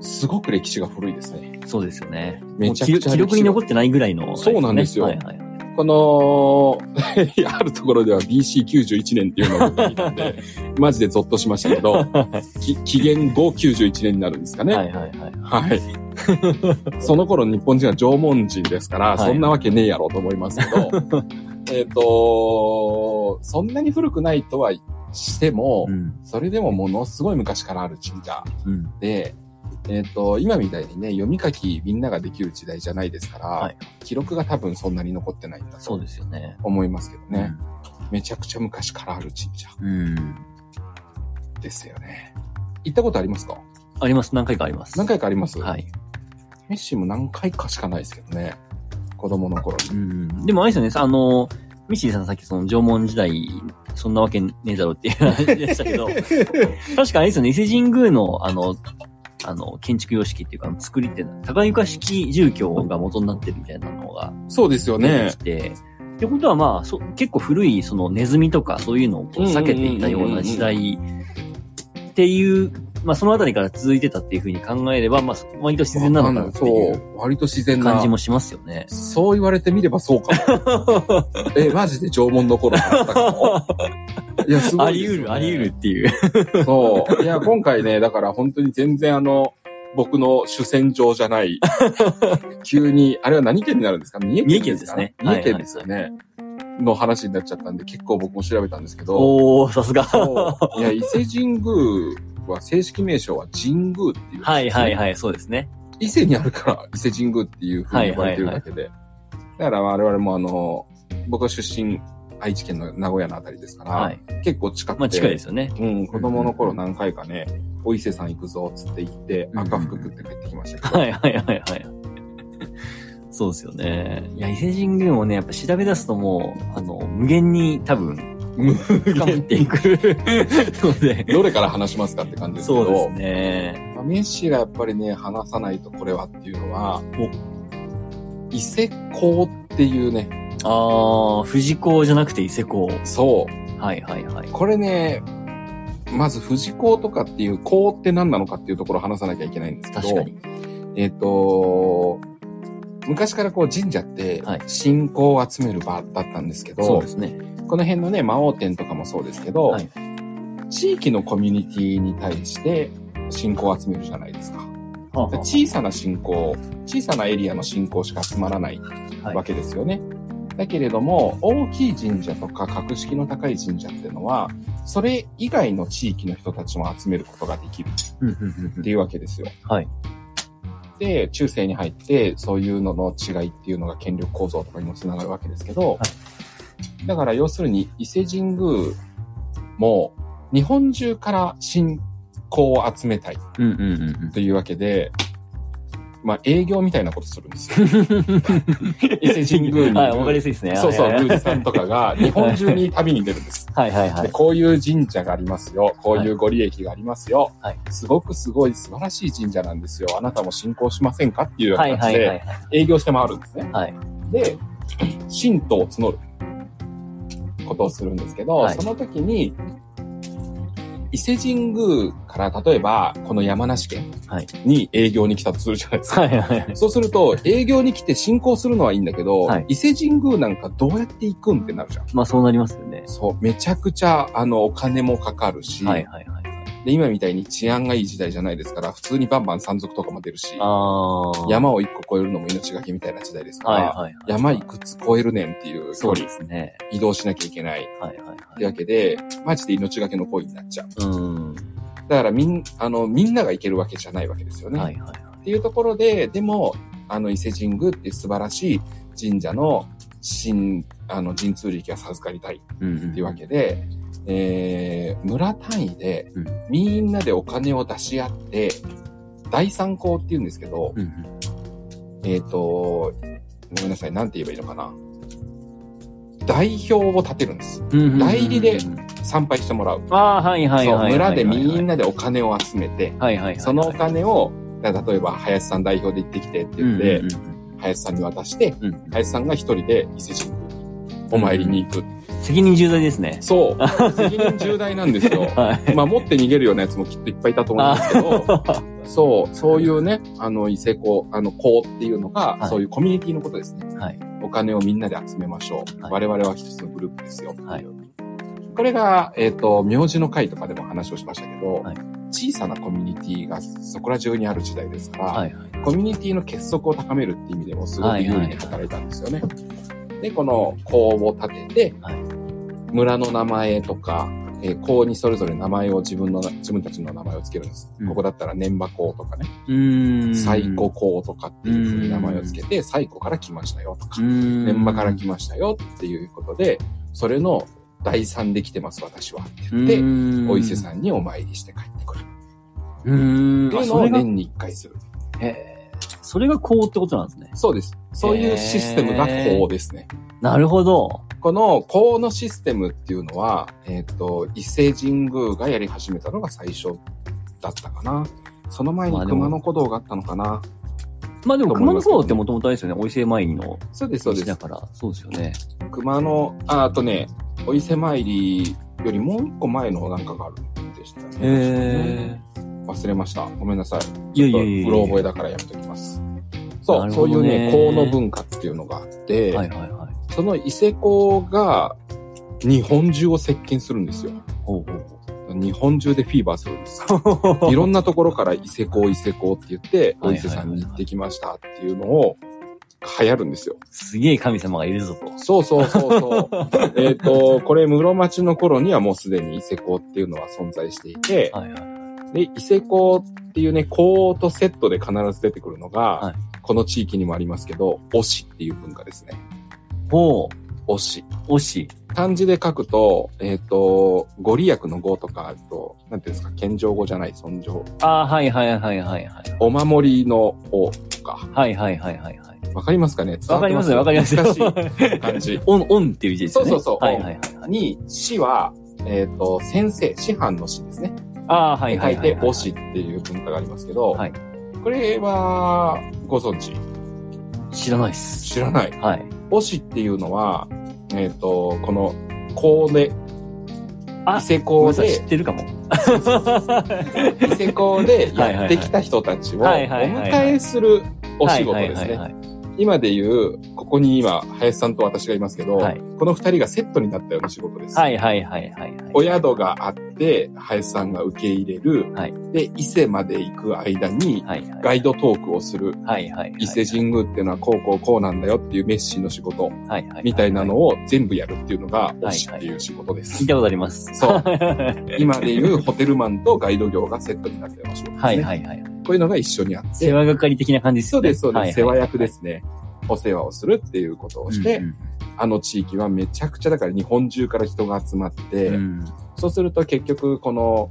すごく歴史が古いですね。そうですよね。めちゃくちゃもう記録記録に残ってないぐらいの、そうなんですよはいはい。この、 (laughs) あるところでは BC91 年っていうのが出てきた (laughs) んで、マジでゾッとしましたけど、き紀元後91年になるんですかね。はいはいはい。はい。 (laughs) その頃日本人は縄文人ですから、はいそんなわけねえやろうと思いますけ (laughs) ど、えっと、そんなに古くないとはしても、うん。それでもものすごい昔からある神社うん。で、えっ、と、今みたいにね、読み書きみんなができる時代じゃないですから、はい記録が多分そんなに残ってないんだそうとですよね。思いますけどね。めちゃくちゃ昔からある神社うん。ですよね。行ったことありますかあります。何回かあります。何回かありますはい。メッシも何回かしかないですけどね。子供の頃に。うん。でもあれですよね、あの、ミッシーさんさっきその縄文時代、そんなわけねえだろうっていう話でした (laughs) けど、確かあれですよね、伊勢神宮の、あの、あの、建築様式っていうか、作りって、高床式住居が元になってるみたいなのがそうですよ出ねてき。て、ってことはまあ、そ結構古い、そのネズミとかそういうのをこう避けていたような時代っていう、まあそのあたりから続いてたっていうふうに考えれば、まあ割と自然なのかなっていそうう。割と自然な。感じもしますよね。そう言われてみればそうか (laughs) も。え、マジで縄文の頃からあったかも。いや、すごあいりです得よね、る、あり得るっていう。る。そう。いや、今回ね、だから本当に全然あの、僕の主戦場じゃない。急に、あれは何県になるんですか三重県ですか三重県ですね三重県ですよね。の話になっちゃったんで、結構僕も調べたんですけど。おー、さすが。そういや、伊勢神宮は正式名称は神宮っていう、 (laughs) はいはいはい、そうですね。伊勢にあるから伊勢神宮っていう風に呼ばれてるだけで。だから我々もあの、僕は出身愛知県の名古屋のあたりですから、はい。結構近くて。まあ近いですよね。うん、子供の頃何回かね、お伊勢さん行くぞっつって行って、うん赤服食って帰ってきましたけど。はいはいはいはい。そうですよね。いや、伊勢神宮もね、やっぱ調べ出すともう、あの、無限に多分、深まっていく (laughs) ので。 (laughs) どれから話しますかって感じですけそうでどす、ね。まあメッシがやっぱりね、話さないとこれはっていうのは、伊勢港っていうね、あー、藤子じゃなくて伊勢港。そう、はいはいはい。これね、まず富士港とかっていう港って何なのかっていうところを話さなきゃいけないんですけど、確かに。えっ、と、昔からこう神社ってはい信仰を集める場だったんですけど、そうですね。この辺のね、魔王店とかもそうですけど、はい地域のコミュニティに対して信仰を集めるじゃないですか。はで小さな信仰、小さなエリアの信仰しか集まらないあはわいけですよね。だけれども、大きい神社とか格式の高い神社っていうのは、それ以外の地域の人たちも集めることができるっうんうんうんうんていうわけですよ。はい。で、中世に入って、そういうのの違いっていうのが権力構造とかにもつながるわけですけど、はだから要するに伊勢神宮も日本中から信仰を集めたいうんうんうんうん。というわけで、まあ営業みたいなことするんで (laughs) すよ。伊勢神宮にはい、わかりやすいですね。そうそう、はい宮司さんとかが日本中に旅に出るんです。はいはいはでい。こういう神社がありますよ。こういうご利益がありますよ。はいすごくすごい素晴らしい神社なんですよ。あなたも信仰しませんかっていうようはない感はじいはいで。営業して回るんですね。はいで、神道を募ることをするんですけど、はいその時に、伊勢神宮から例えばこの山梨県はいに営業に来たとするじゃないですか。はいはいはい。そうすると、営業に来て信仰するのはいいんだけど、はい伊勢神宮なんかどうやって行くんってなるじゃん。まあそうなりますよね。そう、めちゃくちゃ、あの、お金もかかるし、はいはいはい。で、今みたいに治安がいい時代じゃないですから、普通にバンバン山賊とかも出るし、あー。山を一個越えるのも命がけみたいな時代ですから、はいはいはい。山いくつ越えるねんっていう距そう離で、すね。移動しなきゃいけないっはいはいはい。てわけで、マジで命がけの行為になっちゃう。うん。だからみん、あの、みんなが行けるわけじゃないわけですよね。はいはいはい。っていうところで、でも、あの、伊勢神宮っていう素晴らしい神社の神、あの、神通力が授かりたいっうんうん。ていうわけで、えー、村単位でうん、みんなでお金を出し合って、第三公って言うんですけど、うんうん。えっ、と、ごめんなさい、なんて言えばいいのかな。代表を立てるんです。うんうんうんうん代理で参拝してもらう。ああ、はいはいそうはい。村でみはいんなでお金を集めて、はいはい。そのお金を、例えば林さん代表で行ってきてって言って、うん林さんに渡して、うんうんうん林さんが一人で伊勢神宮にお参りに行く。責任重大ですね。。そう。責任重大なんですよはい。 (laughs) まあ持って逃げるようなやつもきっといっぱいいたと思うんですけど、 (laughs) そう、そういうね、あの、伊勢港、あの、港っていうのが、はいそういうコミュニティのことですね。はいお金をみんなで集めましょう。はい我々は一つのグループですよ。はいこれが、えっ、と、名字の会とかでも話をしましたけど、はい小さなコミュニティがそこら中にある時代ですから、はいはい。コミュニティの結束を高めるって意味でもすごく有利に働いたんですよね。で、この項を立てて、はい村の名前とか、えー項にそれぞれ名前を自分の、自分たちの名前をつけるんです。うんここだったら年馬項とかね、うーん。最古。項とかっていうふうに名前をつけて、最古から来ましたよとうかー、ん。年馬から来ましたよっていうことで、それの第3で来てます私はって言って、てお伊勢ん。さんにお参りして帰ってくる。うーっん。ていあうのそをれが、年に1回する。へーそれがこうってことなんですね。そうです。そういうシステムが項ですね。なるほど。この項のシステムっていうのは、えっ、と、伊勢神宮がやり始めたのが最初だったかな。その前まあにでも熊野古道があったのかな。まあでも、熊野道ってもともとあれですよね。お伊勢参りのそうです、そう道でだす。から。そうですよね。熊野、あ、あとね、お伊勢参りよりもう一個前のなんかがあるんでしたね。へ忘れました。ごめんなさい。え。いやいやいや。うろ覚えだからやめときます。そなう、るそほういどうねね、項の文化っていうのがあって、はいはいはい。その伊勢港が日本中を席巻するんですよ。ほうほう日本中でフィーバーする (laughs) んです。ほう。いろんなところから伊勢港、伊勢港って言って、はいはいはいお伊勢さんに行ってきましたっていうのを、流行るんですよ。すげえ神様がいるぞと。そうそうそうそう。 (laughs) えっと、これ室町の頃にはもうすでに伊勢港っていうのは存在していて、はいはい。で、伊勢港っていうね、港とセットで必ず出てくるのが、はいこの地域にもありますけど、推しっていう文化ですね。ほ推し。う。おし。漢字で書くと、えっ、と、ご利益の語とか、あと、なんていうんですか、謙譲語じゃない、尊上。ああ、はいはいはいはいはい。お守りのおとか。はいはいはいはいはい。わかりますかねわかりますね、わかりますよ。難しい (laughs)。感じオン、オンっていう字ですよね。そうそうそうはいはいはいはい。に、死は、えっ、と、先生、師範の師ですね。ああ、はいは書いいはい、て、はい。お師っていう文化がありますけど、はいこれは、ご存知知らないっす。知らない。はい。お師っていうのは、えっ、と、この、こうで、あ伊勢ごめん港なさい、知でっ、てるかも。 (laughs) 伊勢港でやってきた人たちをおはいはいはいはい迎えするお仕事ですはいはいはいはね。い。今で言う、ここに今、林さんと私がいますけど、はいこの二人がセットになったような仕事です。はいはいはいはいはい。お宿があって、林さんが受け入れる。はいで、伊勢まで行く間に、はいはい。ガイドトークをする。はいはいはい。伊勢神宮っていうのはこうこうこうなんだよっていうメッシーの仕事はいはいはい。みたいなのを。を全部やるっていうのが、いはい推しっていう仕事で聞すい。たことあります。そう (laughs) はいはい今で言うホテルマンとガイド業がセットになったような仕事ですね。はいはい。こういうのが一緒にあって世、話係的な感じですそようね。です、そうです。世はいは話い役ですね。お世話をするっていうことをして、うんあの地域はめちゃくちゃだから日本中から人が集まって、うんそうすると結局この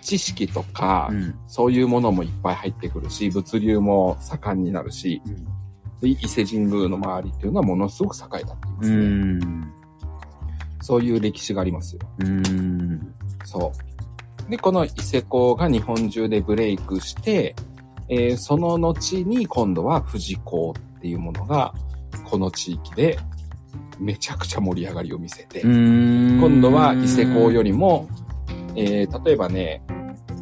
知識とか、うんそういうものもいっぱい入ってくるし、物流も盛んになるし、で伊勢神宮の周りっていうのはものすごく栄えたって言いまうすね。ん。そういう歴史がありますよ。うん。そう。で、この伊勢港が日本中でブレイクして、えーその後に今度は富士港っていうものが、この地域でめちゃくちゃ盛り上がりを見せて、うん。今度は伊勢港よりも、えー例えばね、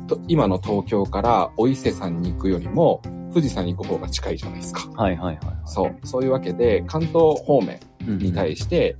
と今の東京からお伊勢さんに行くよりも、富士山に行く方が近いじゃないですか。はいはいはいはい。そう。そういうわけで、関東方面うん。に対して、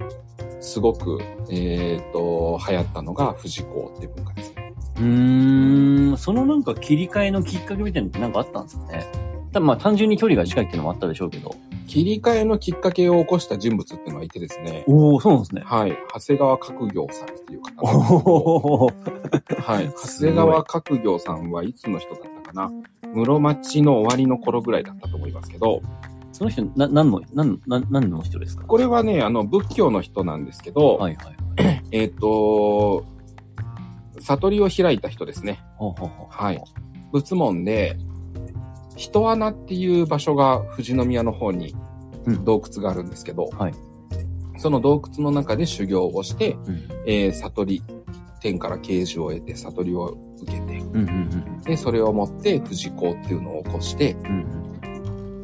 すごく、えっ、と、流行ったのが富士港っていう文化ですね。うーん、そのなんか切り替えのきっかけみたいなのってなんかあったんですかね。ただまあ単純に距離が近いっていうのもあったでしょうけど。切り替えのきっかけを起こした人物っていうのがいてですね、おおそうなんです (laughs) ね。はい、長谷川角業さんっていう方おなんですけおど。はい、すご長い谷川角業さんはいつの人だったかな室町の終わりの頃ぐらいだったと思いますけど、その人、な、何の、何、何何の人ですかこれはね、あの、仏教の人なんですけど、はいはいはい。えっ、と、悟りを開いた人ですね。ほうほうほうはい。仏門で、人穴っていう場所が富士宮の方にうん洞窟があるんですけど、はいその洞窟の中で修行をして、うんえー悟り、天から啓示を得て、悟りを受けて、うんうんで、それを持って、富士講っていうのを起こして、うん。うん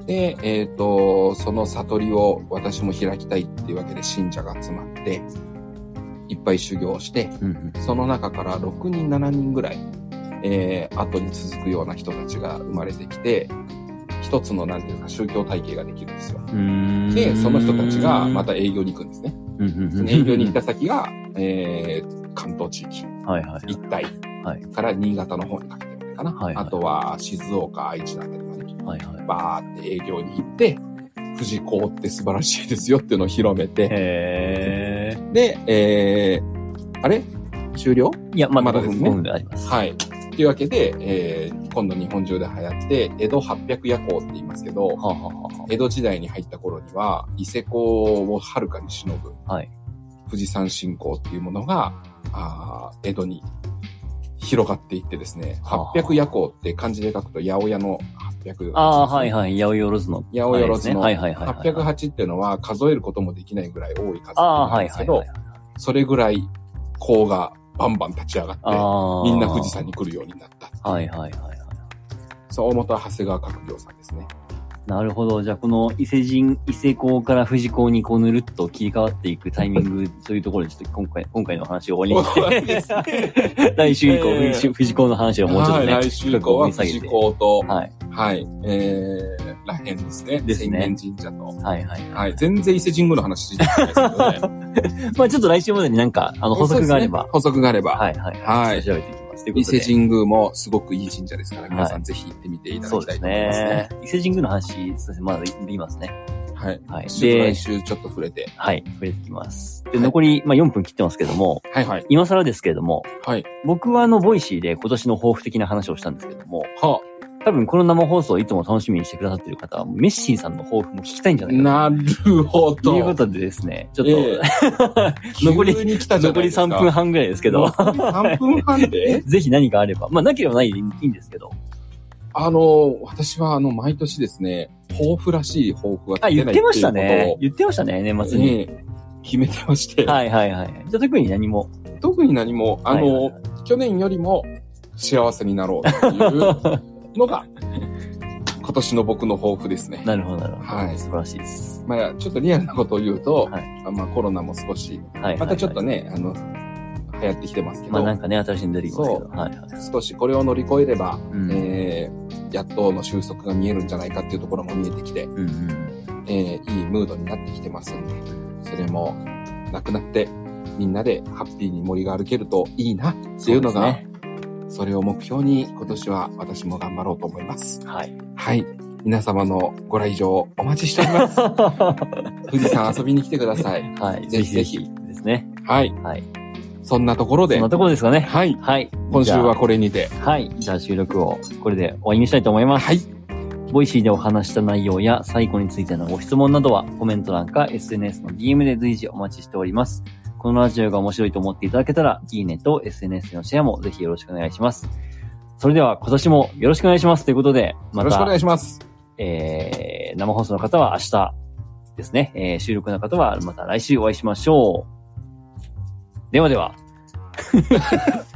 で、えっ、と、その悟りを私も開きたいっていうわけで信者が集まって、いっぱい修行して、うんうんその中から6人、7人ぐらい、えー、後に続くような人たちが生まれてきて、一つの、なんていうか、宗教体系ができるんですよ。うん。うーで、んその人たちがま、た営業に行くんですね。うんうんそうんの営業に行った先が、えー、関東地域、はいはい。一帯はいから新潟の方にかけてくるかな。はいはいあとは静岡、愛知のあたりまではいはい。バーって営業に行って、富士港って素晴らしいですよっていうのを広めて、へで、えー、あれ終了ー。いや、まだまだ5です分ね5分であります。はい。というわけで、えー、今度日本中で流行って、江戸八百夜行って言いますけど、はあはあは江戸時代に入った頃には、伊勢港をはるかにしのぐ、はい富士山信仰っていうものが、あー江戸に広がっていってですね、はあ八百夜行って漢字で書くと、八百屋の八百、あ。ああー、はいはい。八百万の。八百万のはいはいはいはい。 808っていうのは数えることもできないぐらい多い数ああ、なんはいですはけいど、はい。それぐらい校がバンバン立ち上がって、ああ。みんな富士山に来るようになったっていう。はいはいはいはい。そう、大元は長谷川閣僚さんですね。なるほど。じゃあ、この伊勢神、伊勢港から富士港にこう、ぬるっと切り替わっていくタイミ (laughs) ング、そういうところでちょっと今回、今回の話を終わりにし終わりでて、 (laughs) 来週以降、ええ富士富士港の (laughs) 話をもうちょっとね、はい、来週以降は富士港と、ははい。い、えー、らへんですね。ですね浅間神社と。はいはい。はい、全然伊勢神宮の話してないですけどね。まあちょっと来週までになんか、あ (laughs) の、補足があれば、そうですね補足があれば。はいはいはいちょっと調べていきます。というこ伊とで。勢神宮もすごくいい神社ですから、皆さんぜひ行ってみていただそうきたですいと思いますねね。。伊勢神宮の話、そうですね。まだ言いますね。はい。はい。で来、週ちょっと触れて。はい。触れてきます。で、はい残り、まあ4分切ってますけども、はいはい。今更ですけれども、はい。僕はあの、ボイシーで今年の抱負的な話をしたんですけども、は多分この生放送をいつも楽しみにしてくださっている方は、メッシーさんの抱負も聞きたいんじゃあ、ないかな。なるほとど。いうことでですね、ちょっと、ええ (laughs) 残り急に来たじゃな残いりですか。 3分半ぐらいですけど、残り3分半で (laughs) ぜひ何かあれば、まあなければないでいいんですけど、あの、私はあの、毎年ですね、抱負らしい抱負はあ、言って立ないてましたねっ。言ってましたね、年ていうこと末を、に。ええ決めてまして、はいはいはい。じゃあ特に何も。特に何も、あの、はいはい去年よりも幸せになろうっ (laughs) ていうのが、今年の僕の抱負ですね。なるほどなるほど。はい素晴らしいです。まあ、ちょっとリアルなことを言うと、はいあまあ、コロナも少し、はいはいはいまたちょっとね、あの、流行ってきてますけど、まあなんかね、新しいの出てきますけど。そうはいはい。少しこれを乗り越えれば、うん。えーやっとの収束が見えるんじゃないかっていうところも見えてきて、うんうん。えーいいムードになってきてますんで、それもなくなって、みんなでハッピーに森が歩けるといいなっていうのそが、ですねそれを目標に今年は私も頑張ろうと思います。 (laughs) はい。はい。皆様のご来場お待ちしており (laughs) ます。富士山遊びに来てください。はい。ぜぜひひぜぜひひですね。はい。はい。そんなところそでんな、ところですかね。はい。はい。今週はこれにて。はい。じゃあ収録をこれで終わりにしたいと思います。はい。ボイシーでお話した内容や最後についてのご質問などはコメント欄か SNS の DM で随時お待ちしております。このラジオが面白いと思っていただけたら、いいねと SNS のシェアもぜひよろしくお願いします。それでは今年もよろしくお願いしますということで、よまろしくお願た、いします。えー、生放送の方は明日ですね、えー、収録の方はまた来週お会いしましょう。ではでは、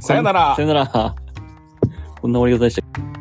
さよな (laughs) らさ。よなら。こんな終わり方でした。